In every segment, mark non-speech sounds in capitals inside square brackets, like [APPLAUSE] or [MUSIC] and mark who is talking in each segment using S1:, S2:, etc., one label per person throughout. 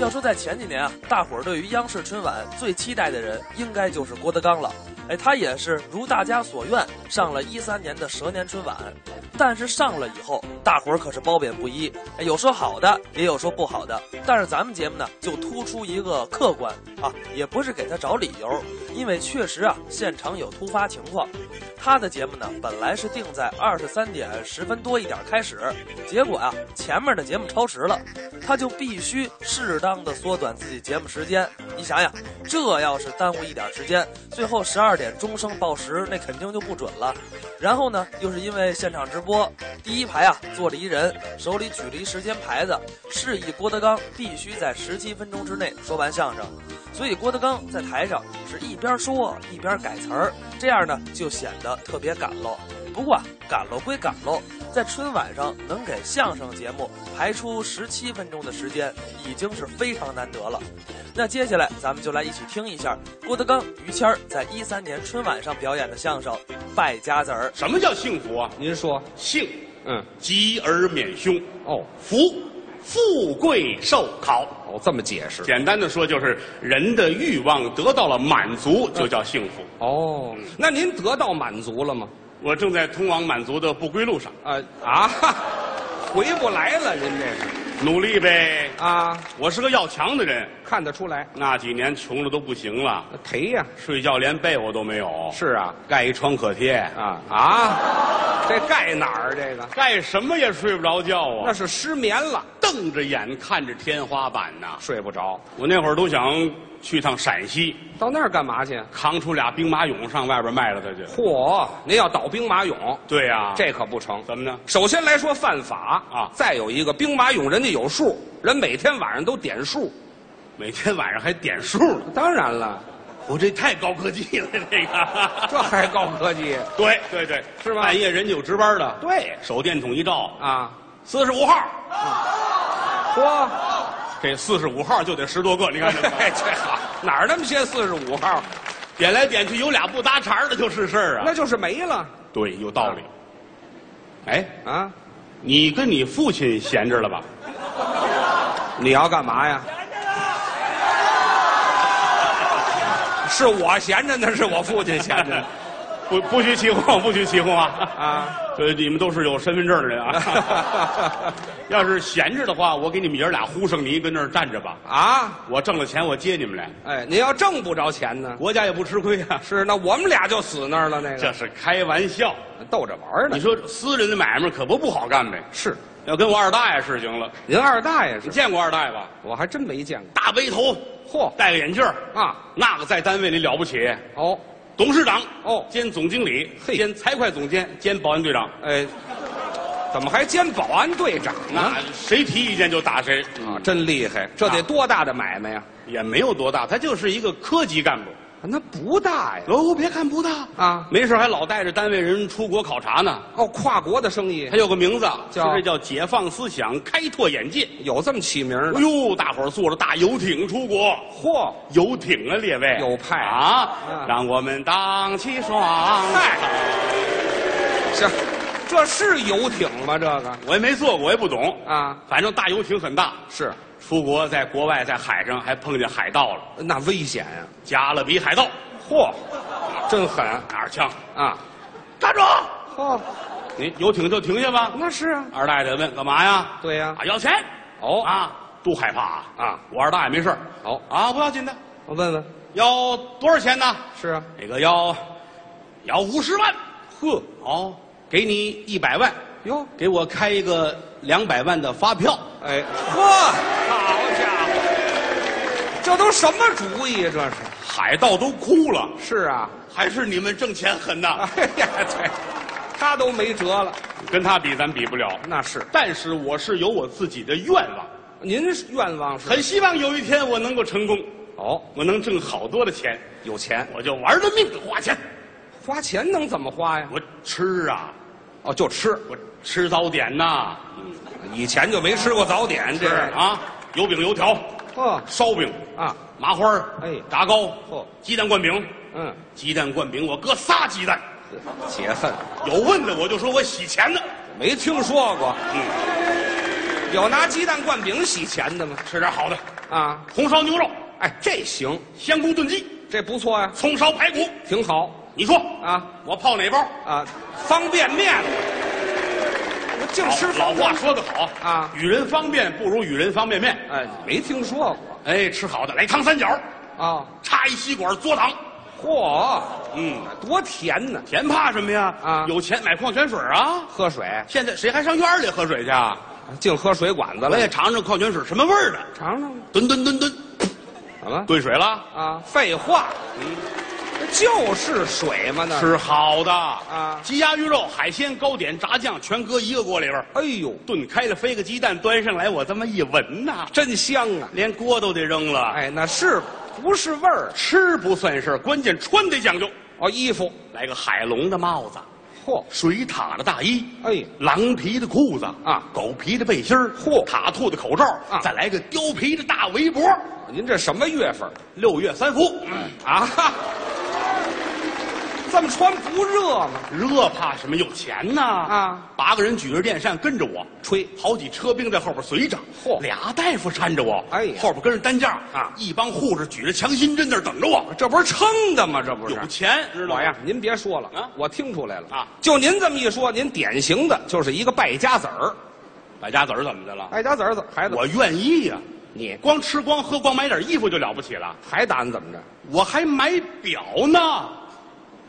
S1: 要说在前几年啊，大伙儿对于央视春晚最期待的人，应该就是郭德纲了。哎，他也是如大家所愿上了一三年的蛇年春晚，但是上了以后，大伙儿可是褒贬不一，哎有说好的，也有说不好的。但是咱们节目呢，就突出一个客观啊，也不是给他找理由，因为确实啊，现场有突发情况。他的节目呢，本来是定在二十三点十分多一点开始，结果啊，前面的节目超时了，他就必须适当的缩短自己节目时间。你想想，这要是耽误一点时间，最后十二点钟声报时，那肯定就不准了。然后呢，又是因为现场直播，第一排啊坐着一人，手里举着一时间牌子，示意郭德纲必须在十七分钟之内说完相声。所以郭德纲在台上是一边说一边改词儿，这样呢就显得特别赶喽。不过啊，赶喽归赶喽，在春晚上能给相声节目排出十七分钟的时间，已经是非常难得了。那接下来咱们就来一起听一下郭德纲、于谦儿在一三年春晚上表演的相声《败家子儿》。
S2: 什么叫幸福啊？
S3: 您说，
S2: 幸，
S3: 嗯，
S2: 吉而免凶；
S3: 哦，
S2: 福，富贵寿考。
S3: 哦，这么解释，
S2: 简单的说，就是人的欲望得到了满足，就叫幸福。
S3: 哦，那您得到满足了吗？
S2: 我正在通往满足的不归路上，
S3: 啊啊， [LAUGHS] 回不来了，您这是
S2: 努力呗。
S3: 啊，
S2: 我是个要强的人，
S3: 看得出来，
S2: 那几年穷的都不行了，
S3: 赔呀、
S2: 睡觉连被窝都没有，
S3: 是啊，
S2: 盖一创可贴啊，
S3: 啊啊，这盖哪儿这个？
S2: 盖什么也睡不着觉
S3: 那
S2: 啊，
S3: 是失眠了，
S2: 瞪着眼看着天花板呐。
S3: 睡不着，
S2: 我那会儿都想去趟陕西，
S3: 到那儿干嘛去？
S2: 扛出俩兵马俑上外边卖了它去。
S3: 嚯，您要倒兵马俑，
S2: 对呀、
S3: 这可不成。
S2: 怎么呢？
S3: 首先来说犯法
S2: 啊
S3: 再有一个兵马俑，人家有数，人每天晚上都点数。
S2: 每天晚上还点数呢，
S3: 当然了，
S2: 我这太高科技了， [LAUGHS] 这个。
S3: 这还高科技？
S2: 对对对，
S3: 是吧
S2: 半夜人家有值班的，
S3: 对
S2: 手电筒一照，
S3: 啊，
S2: 四十五号，
S3: 嚯。
S2: 这四十五号就得十多个，你看 [LAUGHS] 这
S3: 哎，这好，哪儿那么些四十五号？
S2: 点来点去，有俩不搭茬的就是事儿
S3: 那
S2: 啊。
S3: 就是没了
S2: 对，有道理。哎，
S3: 啊！
S2: 你跟你父亲闲着了吧？
S3: 你要干嘛呀？是我闲着呢，是我父亲闲着呢。
S2: 不不许起哄，不许起哄啊！
S3: 啊，
S2: [LAUGHS] 呃，你们都是有身份证的人
S3: [LAUGHS]
S2: 啊。要是闲着的话，我给你们爷儿俩呼上泥，跟那儿站着吧。
S3: 啊，
S2: 我挣了钱，我接你们来，
S3: 哎，您要挣不着钱呢，
S2: 国家也不吃亏啊。
S3: 是那我们俩就死那儿了，那
S2: 这
S3: 个
S2: 是开玩笑，
S3: 逗着玩儿呢
S2: 你。说私人的买卖可不不好干呗。
S3: 是，
S2: 要跟我二大爷是行了，
S3: 您二大爷
S2: 你
S3: 是，
S2: 见过二大爷吧？
S3: 我还真没见过。
S2: 大背头，
S3: 嚯
S2: 戴个眼镜儿
S3: 啊，
S2: 那个在单位里了不起，
S3: 哦，
S2: 董事长
S3: 哦
S2: 兼总经理，
S3: 嘿
S2: 兼财会总监，兼保安队长，
S3: 哎，怎么还兼保安队长呢？
S2: 那谁提意见就打谁
S3: 啊，真厉害！这得多大的买卖呀？
S2: 也没有多大，他就是一个科级干部。
S3: 那不大呀。
S2: 哦，别看不大
S3: 啊
S2: 没事还老带着单位人出国考察呢。
S3: 哦，跨国的生意
S2: 他有个名字，
S3: 叫
S2: 其实叫解放思想，开拓眼界。
S3: 有这么起名儿
S2: 哎
S3: 的？
S2: 呦，大伙儿坐着大游艇出国，
S3: 嚯，
S2: 游艇啊，列位
S3: 有派
S2: 啊
S3: 啊，
S2: 让我们荡起双嗨，
S3: 行，这是游艇吗？这个
S2: 我也没坐过，我也不懂
S3: 啊，
S2: 反正大游艇很大，
S3: 是，
S2: 出国在国外在海上还碰见海盗了，
S3: 那危险呀、
S2: 加勒比海盗，
S3: 嚯，真狠
S2: 拿着枪，
S3: 啊！
S2: 站住！
S3: 嚯，
S2: 你游艇就停下吧。
S3: 哦那是啊，哎
S2: 二大爷得问干嘛呀？
S3: 对呀
S2: 啊，要钱。
S3: 哦
S2: 啊，都害怕啊
S3: 啊！
S2: 我二大爷没事儿
S3: 哦
S2: 啊，不要紧的，
S3: 我问问，
S2: 要多少钱呢？
S3: 是啊，
S2: 那个要，要五十万。
S3: 呵，
S2: 哦，给你一百万，
S3: 哟，
S2: 给我开一个两百万的发票。
S3: 哎，呵，好家伙，这都什么主意啊？这是
S2: 海盗都哭了，
S3: 是啊，
S2: 还是你们挣钱狠呐！
S3: 哎呀，对，他都没辙了，
S2: 跟他比，咱比不了。
S3: 那是。
S2: 但是我是有我自己的愿望，
S3: 您愿望是？
S2: 很希望有一天我能够成功，
S3: 哦，
S2: 我能挣好多的钱，
S3: 有钱，
S2: 我就玩了命的花钱。
S3: 花钱能怎么花呀？
S2: 我吃啊，
S3: 哦，就吃，
S2: 我吃早点呐、
S3: 以前就没吃过早点，
S2: 是
S3: 这个
S2: 啊啊，油饼、油条、
S3: 哦
S2: 烧饼、
S3: 啊，
S2: 麻花儿
S3: 哎
S2: 炸糕，
S3: 嚯
S2: 鸡蛋灌饼，
S3: 嗯，
S2: 鸡蛋灌饼，我搁仨鸡蛋，
S3: 解恨，
S2: 有问的我就说我洗钱的，
S3: 没听说过。
S2: 嗯，
S3: 有拿鸡蛋灌饼洗钱的吗？
S2: 吃点好的，
S3: 啊，
S2: 红烧牛肉，
S3: 哎，这行，
S2: 香菇炖鸡，
S3: 这不错呀、
S2: 葱烧排骨，
S3: 挺好
S2: 你说
S3: 啊，
S2: 我泡哪包？
S3: 啊，方便面，我净吃
S2: 老
S3: 方便
S2: 话
S3: 面。
S2: 说得好
S3: 啊
S2: 与人方便不如与人方便面。
S3: 哎，没听说过
S2: 哎，吃好的，来汤三角，
S3: 啊！
S2: 插一吸管嘬糖，
S3: 嚯，
S2: 嗯，
S3: 多甜呢！
S2: 甜怕什么呀？
S3: 啊
S2: 有钱买矿泉水啊！
S3: 喝水，
S2: 现在谁还上院里喝水去啊？
S3: 净喝水管子
S2: 我
S3: 了，
S2: 也尝尝矿泉水什么味儿的，
S3: 尝尝吧。
S2: 吨吨吨吨，
S3: 怎么？
S2: 兑水了，
S3: 啊，废话，嗯，就是水嘛那。
S2: 吃好的
S3: 嗯啊
S2: 鸡鸭鱼肉、海鲜、糕点、炸酱，全搁一个锅里边儿，
S3: 哎呦，
S2: 炖开了，飞个鸡蛋端上来，我这么一闻呐、
S3: 真香啊！
S2: 连锅都得扔了。
S3: 哎，那是不是味儿？
S2: 吃不算事儿，关键穿得讲究，
S3: 哦，衣服，
S2: 来个海龙的帽子，
S3: 嚯，
S2: 水獭的大衣，
S3: 哎
S2: 狼皮的裤子
S3: 啊
S2: 狗皮的背心儿，嚯，塔兔的口罩，
S3: 啊
S2: 再来个貂皮的大围脖，
S3: 您这什么月份儿
S2: 六月三伏，
S3: 啊？哈，这么穿不热吗？
S2: 热怕什么？有钱呐！
S3: 啊，
S2: 八个人举着电扇跟着我，
S3: 吹
S2: 好几车兵在后边随着，
S3: 嚯
S2: 俩大夫搀着我，
S3: 哎呀
S2: 后边跟着担架
S3: 啊
S2: 一帮护士举着强心针在那儿等着我，
S3: 这不是撑的吗？这不是
S2: 有钱知道
S3: 老
S2: 吗
S3: 样，？您别说了
S2: 啊
S3: 我听出来了
S2: 啊
S3: 就您这么一说，您典型的就是一个败家子儿，
S2: 败家子儿怎么的了？
S3: 败家子儿怎孩子？
S2: 我愿意呀、
S3: 你
S2: 光吃光喝光买点衣服就了不起
S3: [LAUGHS]
S2: 了，
S3: 还打算怎么着？
S2: 我还买表呢，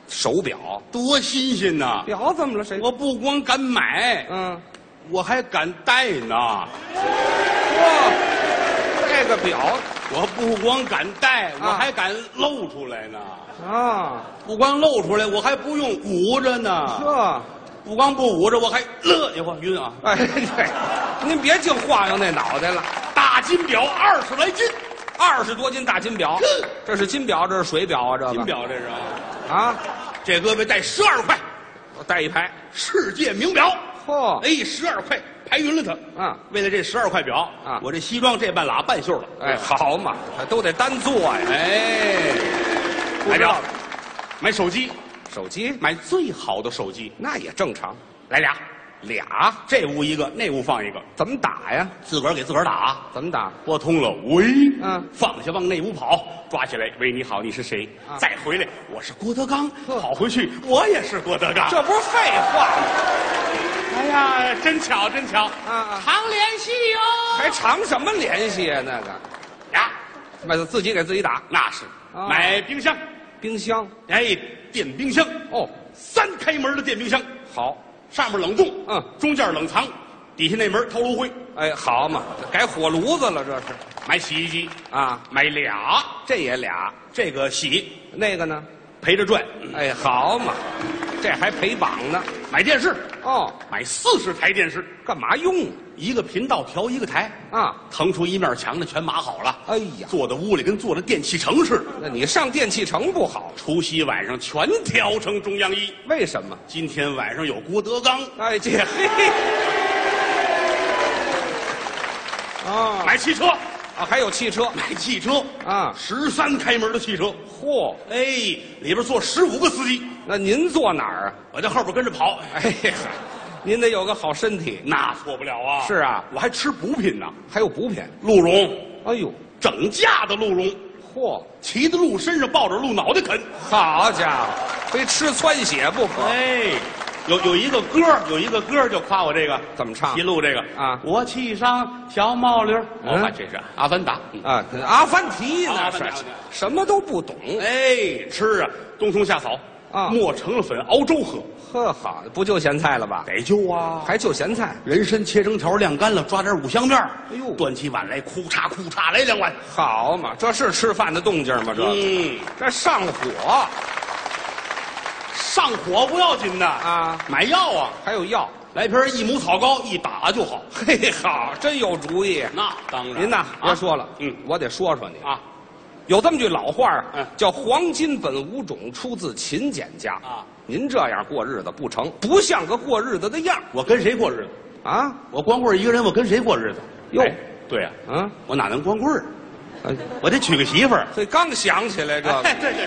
S3: 手表，
S2: 多新鲜呐！
S3: 表怎么了？谁？
S2: 我不光敢买，
S3: 嗯，
S2: 我还敢戴呢。
S3: 哇，这个表
S2: 我不光敢戴，我
S3: 啊
S2: 还敢露出来呢。
S3: 啊，
S2: 不光露出来，我还不用捂着呢。
S3: 这。
S2: 不光不捂着，我还乐一会儿晕啊！
S3: 哎，对，您别净晃悠那脑袋了。
S2: 大金表二十来斤，
S3: 二十多斤大金 [LAUGHS] 表，这是金表，这是水表啊，这个
S2: 金表这是啊，
S3: 啊，
S2: 这胳膊戴十二块，
S3: 我带一排。
S2: 世界名表。
S3: 嚯、
S2: 哎，十二块排匀了它。
S3: 哦啊，
S2: 为了这十二块表
S3: 啊
S2: 我这西装这半拉半袖了。
S3: 哎，好嘛，都得单做呀。哎
S2: 哎，买表，买手机，
S3: 手机
S2: 买最好的手机，
S3: 那也正常，
S2: 来俩，
S3: 俩
S2: 这屋一个，那屋放一个，
S3: 怎么打呀？
S2: 自个儿给自个儿打。
S3: 怎么打？
S2: 拨通了，喂，
S3: 嗯
S2: 放下，往那屋跑，抓起来，喂，你好，你是谁？
S3: 啊
S2: 再回来，我是郭德纲，
S3: 呵
S2: 跑回去，我也是郭德纲。
S3: 这不是废话吗？
S2: 哎呀，真巧，真巧，
S3: 啊
S2: 常联系哟。
S3: 还长什么联系呀、那个，
S2: 呀，
S3: 那就自己给自己打。
S2: 那是
S3: 啊
S2: 买冰箱，
S3: 冰箱
S2: 哎，电冰箱，
S3: 哦，
S2: 三开门的电冰箱，
S3: 好，
S2: 上面冷冻，
S3: 嗯
S2: 中间冷藏，底下那门掏炉灰。
S3: 哎，好嘛，改火炉子了，这是
S2: 买洗衣机，
S3: 啊，
S2: 买俩，
S3: 这也俩，
S2: 这个洗
S3: 那个呢？
S2: 陪着转，
S3: 哎，好嘛，这还陪绑呢。
S2: 买电视，
S3: 哦，
S2: 买四十台电视，
S3: 干嘛用
S2: 一个频道调一个台，
S3: 啊？
S2: 腾出一面墙的全码好了。
S3: 哎呀
S2: 坐在屋里跟坐在电器城似的。
S3: 那你上电器城不好，
S2: 除夕晚上全调成中央一，
S3: 为什么？
S2: 今天晚上有郭德纲，
S3: 哎，这嘿啊
S2: 买汽车，
S3: 啊，还有汽车
S2: 买汽车
S3: 啊
S2: 十三开门的汽车，
S3: 嚯，
S2: 哎，里边坐十五个司机，
S3: 那您坐哪儿啊？
S2: 我在后边跟着跑，
S3: 哎呀，您得有个好身体，
S2: 那错不了啊。
S3: 是啊
S2: 我还吃补品呢，
S3: 还有补品。
S2: 鹿茸。
S3: 哎呦，
S2: 整架的鹿茸，
S3: 嚯，
S2: 骑在鹿身上抱着鹿脑袋啃。
S3: 好家伙，非吃窜血不可。
S2: 哎，有有一个歌儿，有一个歌儿就夸我这个
S3: 怎么唱
S2: 骑鹿这个
S3: 啊
S2: 我骑上小毛驴儿，我
S3: 嗯
S2: 看这是阿凡达。嗯
S3: 啊，阿凡提
S2: 阿
S3: 那
S2: 凡达
S3: 是什么都不懂。
S2: 哎，吃啊，冬虫夏草
S3: 啊
S2: 磨成了粉熬粥喝，
S3: 呵，好，不就咸菜了吧？
S2: 得救啊！
S3: 还就咸菜。
S2: 人参切成条晾干了，抓点五香面儿
S3: 哎呦
S2: 端起碗来，哭嚓哭嚓来两碗。
S3: 好嘛，这是吃饭的动静吗？这、
S2: 嗯，
S3: 这上火
S2: 上火不要紧的
S3: 啊
S2: 买药啊，
S3: 还有药，
S2: 来瓶益母草膏一打就好。
S3: [LAUGHS] 嘿，好，啊真有主意。
S2: 那当然，
S3: 您呐，别
S2: 啊
S3: 说了，
S2: 嗯
S3: 我得说说你。
S2: 啊。
S3: 有这么句老话啊
S2: 嗯，
S3: 叫“黄金本无种，出自勤俭家”。
S2: 啊，
S3: 您这样过日子不成，不像个过日子的样儿
S2: 我跟谁过日子？
S3: 啊。
S2: 我光棍儿一个人，我跟谁过日子？
S3: 哟
S2: 哎对呀、
S3: 嗯，
S2: 我哪能光棍儿啊？
S3: 哎
S2: 我得娶个媳妇儿。
S3: 这刚想起来这
S2: 哎
S3: 个，
S2: 对对，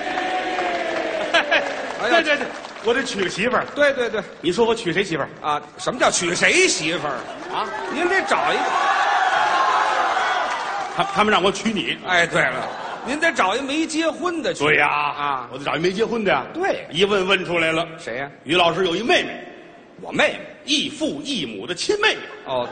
S3: 哎
S2: 哎
S3: 呀
S2: 对对对，我得娶个媳妇儿。
S3: 对对对
S2: 你说我娶谁媳妇儿
S3: 啊，什么叫娶谁媳妇儿？
S2: 啊？
S3: 您得找一个。
S2: 他他们让我娶你。
S3: 哎，对了，您得找一没结婚的去。
S2: 对呀，
S3: 啊
S2: 我得找一没结婚的呀。
S3: 对
S2: 一问问出来了。
S3: 谁呀
S2: 于老师有一妹妹，
S3: 我妹妹。
S2: 异父异母的亲妹妹，
S3: 哦，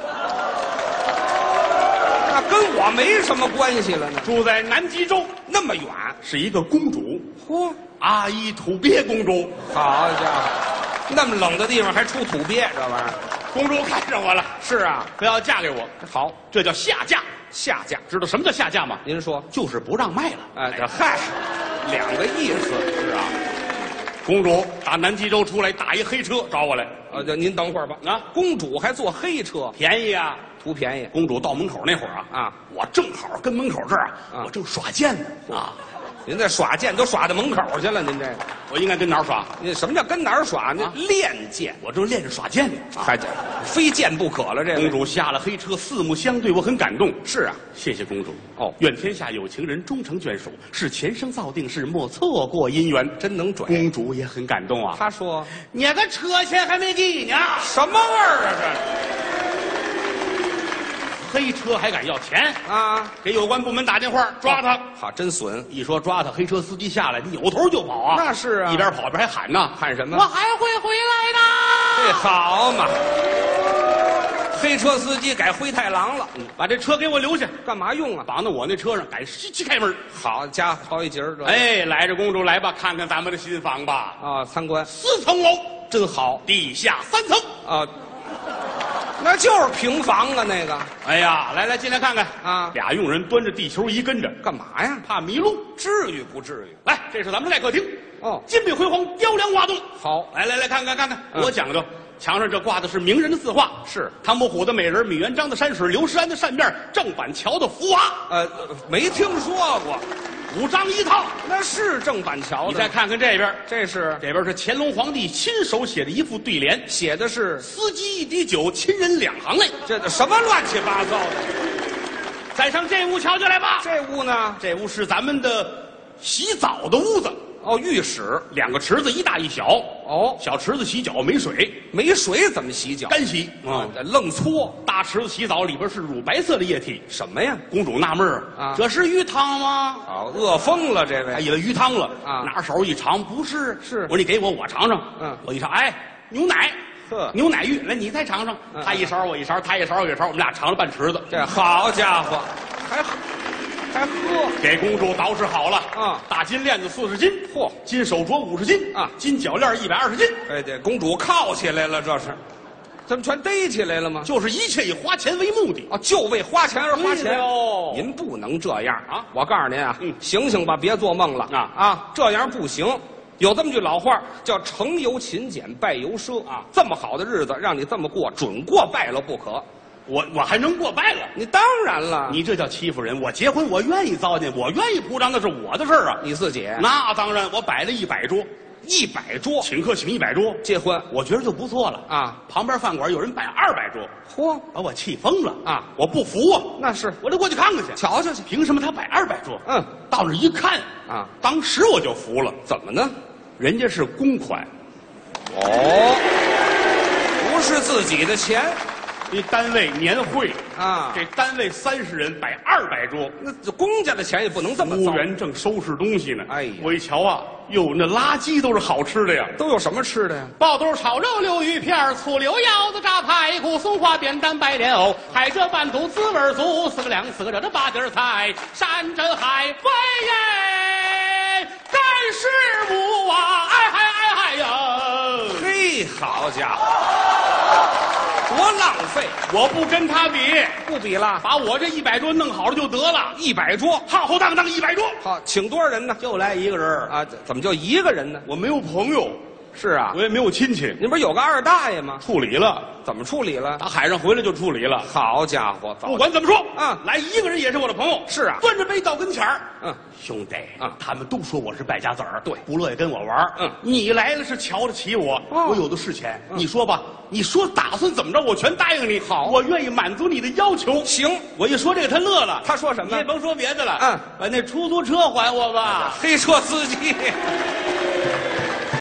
S3: 那跟我没什么关系了呢，
S2: 住在南极洲，
S3: 那么远。
S2: 是一个公主，
S3: 嚯，
S2: 阿依土鳖公主。
S3: 好家伙，那么冷的地方还出土鳖这玩意儿？
S2: 公主看上我了，
S3: 是啊，
S2: 非要嫁给我，
S3: 好
S2: 这叫下嫁。
S3: 下嫁。
S2: 知道什么叫下嫁吗？
S3: 您说，
S2: 就是不让卖了。
S3: 哎，这嗨，两个意思。
S2: 是啊，公主打南极洲出来，打一黑车找我来，
S3: 呃，就您等会儿吧。
S2: 啊
S3: 公主还坐黑车，
S2: 便宜啊！
S3: 图便宜。
S2: 公主到门口那会儿啊，
S3: 啊，
S2: 我正好跟门口这儿啊
S3: 啊，
S2: 我正耍剑呢啊，
S3: 您这耍剑都耍到门口去了，您这个，
S2: 我应该跟哪儿耍？
S3: 您什么叫跟哪儿耍？您
S2: 啊
S3: 练剑，
S2: 我正练着耍剑呢。啊
S3: 还这非剑不可了。这
S2: 公
S3: 个
S2: 主下了黑车，四目相对，我很感动。
S3: 是啊，
S2: 谢谢公主
S3: 哦
S2: 愿天下有情人终成眷属，是前生造定事，莫错过姻缘。
S3: 真能转。
S2: 公主也很感动啊，
S3: 他说
S2: 你个车钱还没给呢，
S3: 什么味儿啊？这是。
S2: [LAUGHS] 黑车还敢要钱？
S3: 啊，
S2: 给有关部门打电话抓他。
S3: 好，真损！
S2: 一说抓他，黑车司机下来，扭头就跑啊！
S3: 那是啊
S2: 一边跑一边还喊哎呢，
S3: 喊什么
S2: 我还会回来
S3: 这
S2: 的。
S3: 哎好嘛，黑车司机改灰太狼了，嗯
S2: 把这车给我留下，
S3: 干嘛用啊？
S2: 绑到我那车上，改西西开门。
S3: 好家伙，好一截儿这
S2: 哎，来着，公主来吧，看看咱们的新房吧，
S3: 啊，参观
S2: 四层楼，真好，地下三层。
S3: 啊，那就是平房啊，那个
S2: 哎呀，来来，进来看看
S3: 啊
S2: 俩佣人端着地球仪跟着，
S3: 干嘛呀？
S2: 怕迷路。
S3: 至于不至于？
S2: 来，这是咱们的待客厅，
S3: 哦
S2: 金碧辉煌，雕梁画栋。
S3: 好
S2: 来来来看看看看，
S3: 嗯
S2: 我讲究。墙上这挂的是名人的字画，
S3: 是
S2: 唐伯虎的美人，米元璋的山水，刘诗安的扇面，郑板桥的福娃，
S3: 呃，没听说过，
S2: 五张一套。
S3: 那是郑板桥的。
S2: 你再，看看这边，
S3: 这是
S2: 这边是乾隆皇帝亲手写的一副对联：
S3: 写的是
S2: 司机一滴酒，亲人两行泪。
S3: 这什么乱七八糟的？
S2: 再上这屋瞧瞧来吧，
S3: 这屋呢？
S2: 这屋是咱们的洗澡的屋子，
S3: 哦，浴室
S2: 两个池子，一大一小。
S3: 哦，
S2: 小池子洗脚没水，
S3: 没水怎么洗脚？
S2: 干洗啊。
S3: 啊愣搓
S2: 大池子洗澡里边是乳白色的液体。
S3: 什么呀？
S2: 公主纳闷儿
S3: 啊
S2: 这是鱼汤吗？
S3: 啊，饿疯了这
S2: 她
S3: 位。
S2: 以为鱼汤哎了
S3: 啊
S2: 拿手一尝，不是，
S3: 是
S2: 我说你给我，我尝尝。
S3: 嗯
S2: 我一尝，哎，牛奶，
S3: 呵
S2: 牛奶浴，来你再尝尝。
S3: 嗯
S2: 她一勺，我一勺，她一勺，我一勺，我们俩尝了半池子，
S3: 这好家伙，还喝还喝
S2: 给公主捯饬好了。
S3: 啊
S2: 大金链子四十斤，嚯，金手镯五十斤
S3: 啊
S2: 金脚链一百二十斤，
S3: 哎，这公主铐起来了，这是，怎么全逮起来了吗？
S2: 就是一切以花钱为目的。
S3: 啊，就为花钱而花
S2: 哎
S3: 钱
S2: 呦
S3: 您不能这样
S2: 啊
S3: 我告诉您啊，
S2: 嗯
S3: 醒醒吧，别做梦了
S2: 啊
S3: 啊，这样不行。有这么句老话叫“成由勤俭，败由奢”
S2: 啊
S3: 这么好的日子让你这么过，准过败了不可。
S2: 我我还能过败了。
S3: 你当然了，
S2: 你这叫欺负人！我结婚，我愿意糟践，我愿意铺张，那是我的事儿啊。
S3: 你自己
S2: 那当然，我摆了一百桌，
S3: 一百桌
S2: 请客请一百桌，
S3: 结婚，
S2: 我觉得就不错了
S3: 啊。
S2: 旁边饭馆有人摆二百桌，
S3: 嚯，
S2: 把我气疯了
S3: 啊！
S2: 我不服啊，
S3: 那是
S2: 我得过去看看去。
S3: 瞧瞧去
S2: 凭什么他摆二百桌？
S3: 嗯，
S2: 到那儿一看
S3: 啊，
S2: 当时我就服了，
S3: 怎么呢？
S2: 人家是公款，
S3: 哦，不是自己的钱
S2: 一单位年会，
S3: 啊，
S2: 这单位三十人摆二百桌，
S3: 那公家的钱也不能这么
S2: 服务
S3: 糟。
S2: 员正收拾东西呢。
S3: 哎呀
S2: 我一瞧啊，哟，那垃圾都是好吃的呀。
S3: 都有什么吃的呀？
S2: 爆肚、炒肉、溜鱼片儿、醋溜腰子、炸排骨、松花扁担、白莲藕、海蜇拌肚、滋味儿足，四个凉，四个热的八碟儿菜，山珍海味耶，干师母啊，哎嗨哎嗨呀！
S3: 嘿，好家伙，多浪费！
S2: 我不跟他比，
S3: 不比了，
S2: 把我这一百桌弄好了就得了，
S3: 一百桌。
S2: 浩浩荡荡一百桌，
S3: 好，请多少人呢？
S2: 就来一个人儿，
S3: 啊，怎么就一个人呢？
S2: 我没有朋友，
S3: 是啊
S2: 我，也没有亲戚，
S3: 您不是有个二大爷吗？
S2: 处理了，
S3: 怎么处理了？
S2: 打海上回来就处理了。
S3: 好家伙，早
S2: 啊不管怎么说，
S3: 啊
S2: 来一个人也是我的朋友。
S3: 是啊
S2: 端着杯到跟前儿，
S3: 嗯，
S2: 兄弟，
S3: 啊
S2: 他们都说我是败家子儿，
S3: 对
S2: 不乐意跟我玩儿
S3: 嗯
S2: 你来了是瞧得起我，
S3: 哦
S2: 我有的是钱，你说吧，你说打算怎么着，我全答应你。
S3: 好
S2: 我愿意满足你的要求。
S3: 行，
S2: 我一说这个，他乐了。
S3: 他说什么
S2: 你也甭说别的了，
S3: 嗯，
S2: 把那出租车还我吧。
S3: 黑车司机，